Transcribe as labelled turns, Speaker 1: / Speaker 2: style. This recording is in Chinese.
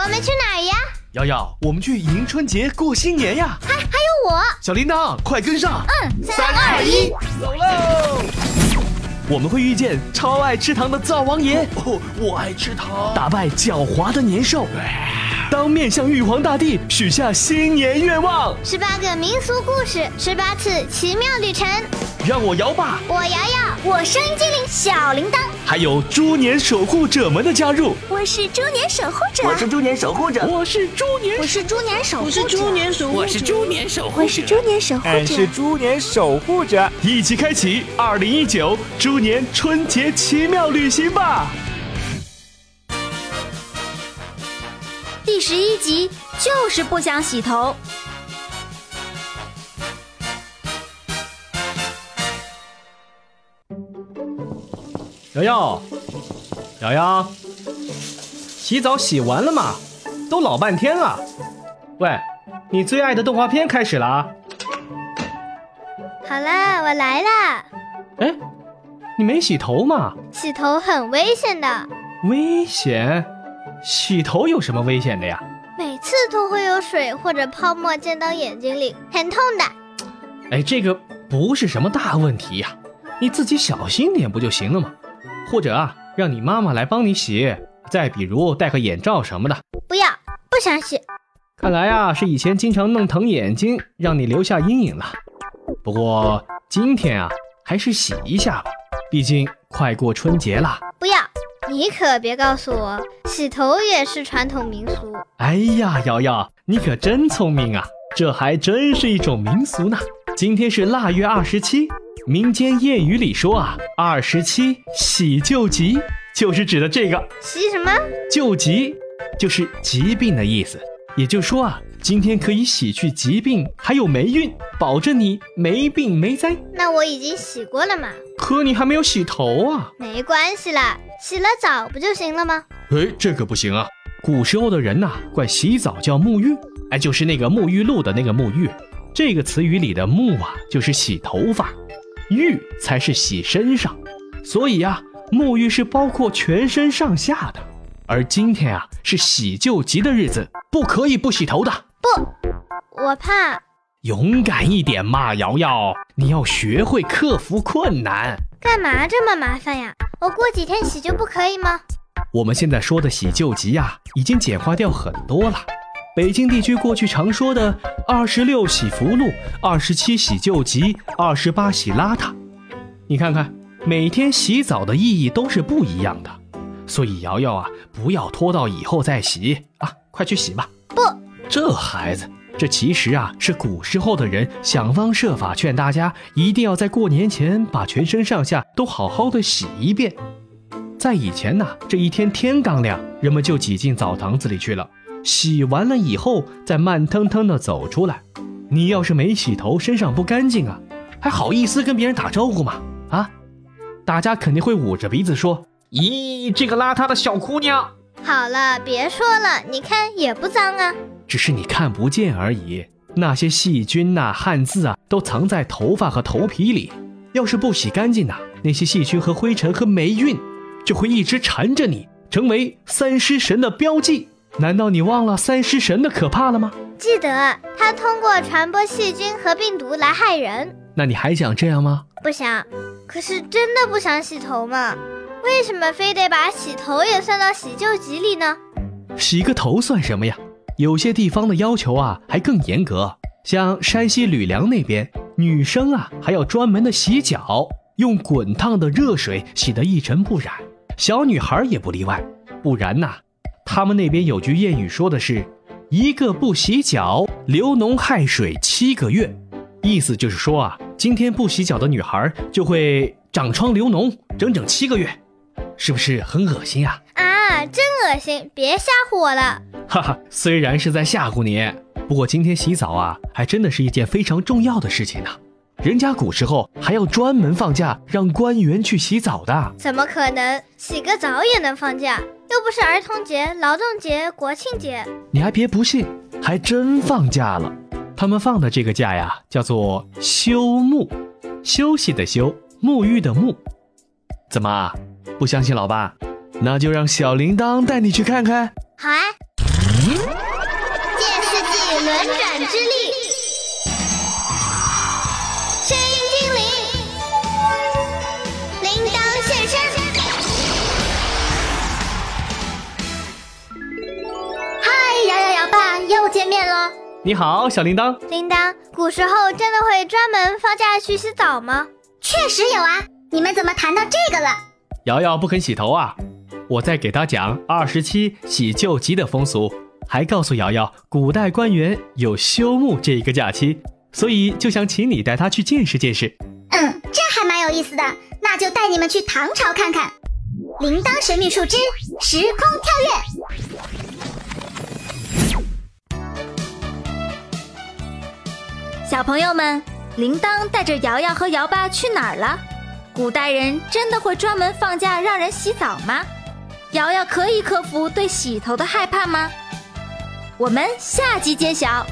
Speaker 1: 我们去哪儿呀？
Speaker 2: 瑶瑶，我们去迎春节过新年呀！
Speaker 1: 还还有我，
Speaker 2: 小铃铛，快跟上！
Speaker 1: 嗯，三二一，
Speaker 2: 走喽！我们会遇见超爱吃糖的灶王爷，
Speaker 3: 哦，我爱吃糖。
Speaker 2: 打败狡猾的年兽，当面向玉皇大帝许下新年愿望。
Speaker 1: 十八个民俗故事，十八次奇妙旅程。
Speaker 2: 让我摇吧！
Speaker 1: 我瑶瑶，我声音精灵小铃铛，
Speaker 2: 还有猪年守护者们的加入，
Speaker 1: 我是猪年守护者
Speaker 3: 我是猪年守护者，
Speaker 2: 我是猪年
Speaker 1: 我是猪年守护者，我是猪年守
Speaker 4: 我是猪年守护者，
Speaker 1: 年守哎
Speaker 5: 俺是猪年守护者。
Speaker 2: 一起开启二零一九猪年春节奇妙旅行吧！
Speaker 1: 第十一集就是不想洗头。
Speaker 2: 瑶瑶，瑶瑶，洗澡洗完了吗？都老半天了。喂，你最爱的动画片开始了啊！
Speaker 1: 好啦，我来啦！
Speaker 2: 哎，你没洗头吗？
Speaker 1: 洗头很危险的，
Speaker 2: 危险？洗头有什么危险的呀？
Speaker 1: 每次都会有水或者泡沫溅到眼睛里，很痛的。
Speaker 2: 哎，这个不是什么大问题呀、你自己小心点不就行了吗？或者啊，让你妈妈来帮你洗，再比如戴个眼罩什么的。
Speaker 1: 不要，不想洗。
Speaker 2: 看来啊，是以前经常弄疼眼睛，让你留下阴影了。不过今天啊，还是洗一下吧，毕竟快过春节了。
Speaker 1: 不要，你可别告诉我，洗头也是传统民俗。
Speaker 2: 哎呀，瑶瑶，你可真聪明啊！这还真是一种民俗呢。今天是腊月二十七，民间谚语里说啊，二十七喜救急，就是指的这个
Speaker 1: 洗什么？
Speaker 2: 救急，就是疾病的意思。也就是说啊，今天可以洗去疾病，还有霉运，保证你没病没灾。
Speaker 1: 那我已经洗过了嘛，
Speaker 2: 可你还没有洗头啊？
Speaker 1: 没关系啦，洗了澡不就行了吗？
Speaker 2: 哎，这可不行啊！古时候的人呐、管洗澡叫沐浴，哎，就是那个沐浴露的那个沐浴。这个词语里的“沐”啊，就是洗头发；“浴”才是洗身上。所以啊，沐浴是包括全身上下的。而今天啊，是洗旧疾的日子，不可以不洗头的。
Speaker 1: 我怕，
Speaker 2: 勇敢一点嘛，瑶瑶，你要学会克服困难。
Speaker 1: 干嘛这么麻烦呀？我过几天洗就不可以吗？
Speaker 2: 我们现在说的洗旧疾啊，已经简化掉很多了。北京地区过去常说的二十六洗福禄、二十七洗旧疾、二十八洗邋遢，你看看每天洗澡的意义都是不一样的。所以瑶瑶啊，不要拖到以后再洗啊，快去洗吧。不，这孩子，这其实啊是古时候的人想方设法劝大家一定要在过年前把全身上下都好好的洗一遍。在以前呐，这一天天刚亮，人们就挤进澡堂子里去了。洗完了以后，再慢腾腾的走出来。你要是没洗头，身上不干净啊，还好意思跟别人打招呼吗？啊，大家肯定会捂着鼻子说：“咦，这个邋遢的小姑娘。
Speaker 1: 好了，别说了，你看也不脏啊。”
Speaker 2: 只是你看不见而已。那些细菌呐、汗渍啊，都藏在头发和头皮里。要是不洗干净呐、那些细菌和灰尘和霉运就会一直缠着你，成为三尸神的标记。难道你忘了三尸神的可怕了吗？
Speaker 1: 记得它通过传播细菌和病毒来害人。
Speaker 2: 那你还想这样吗？
Speaker 1: 不想，可是真的不想洗头嘛？为什么非得把洗头也算到洗旧集里呢？
Speaker 2: 洗个头算什么呀？有些地方的要求啊还更严格，像山西吕梁那边，女生啊还要专门的洗脚，用滚烫的热水洗得一尘不染，小女孩也不例外。不然呐、他们那边有句谚语说的是“一个不洗脚，流脓害水七个月”，意思就是说啊，今天不洗脚的女孩就会长疮流脓整整七个月，是不是很恶心啊？
Speaker 1: 啊，真恶心！别吓唬我了。
Speaker 2: 哈哈，虽然是在吓唬你，不过今天洗澡啊，还真的是一件非常重要的事情呢、人家古时候还要专门放假让官员去洗澡的。
Speaker 1: 怎么可能？洗个澡也能放假？又不是儿童节、劳动节、国庆节。
Speaker 2: 你还别不信，还真放假了。他们放的这个假呀，叫做休沐，休息的休，沐浴的沐。怎么啊，不相信老爸？那就让小铃铛带你去看看。
Speaker 1: 好啊，借世纪轮转之力，声音精灵，铃铛现身。嗨，摇摇摇吧，又见面喽！
Speaker 2: 你好，小铃铛。
Speaker 1: 铃铛，古时候真的会专门放假去洗澡吗？确实有啊，你们怎么谈到这个了？
Speaker 2: 瑶瑶不肯洗头啊，我在给她讲二十七洗旧疾的风俗，还告诉瑶瑶，古代官员有休沐这一个假期，所以就想请你带她去见识见识。
Speaker 4: 嗯，这还蛮有意思的，那就带你们去唐朝看看。铃铛神秘树枝，时空跳
Speaker 6: 小朋友们，铃铛带着瑶瑶和瑶爸去哪儿了？古代人真的会专门放假让人洗澡吗？瑶瑶可以克服对洗头的害怕吗？我们下集揭晓。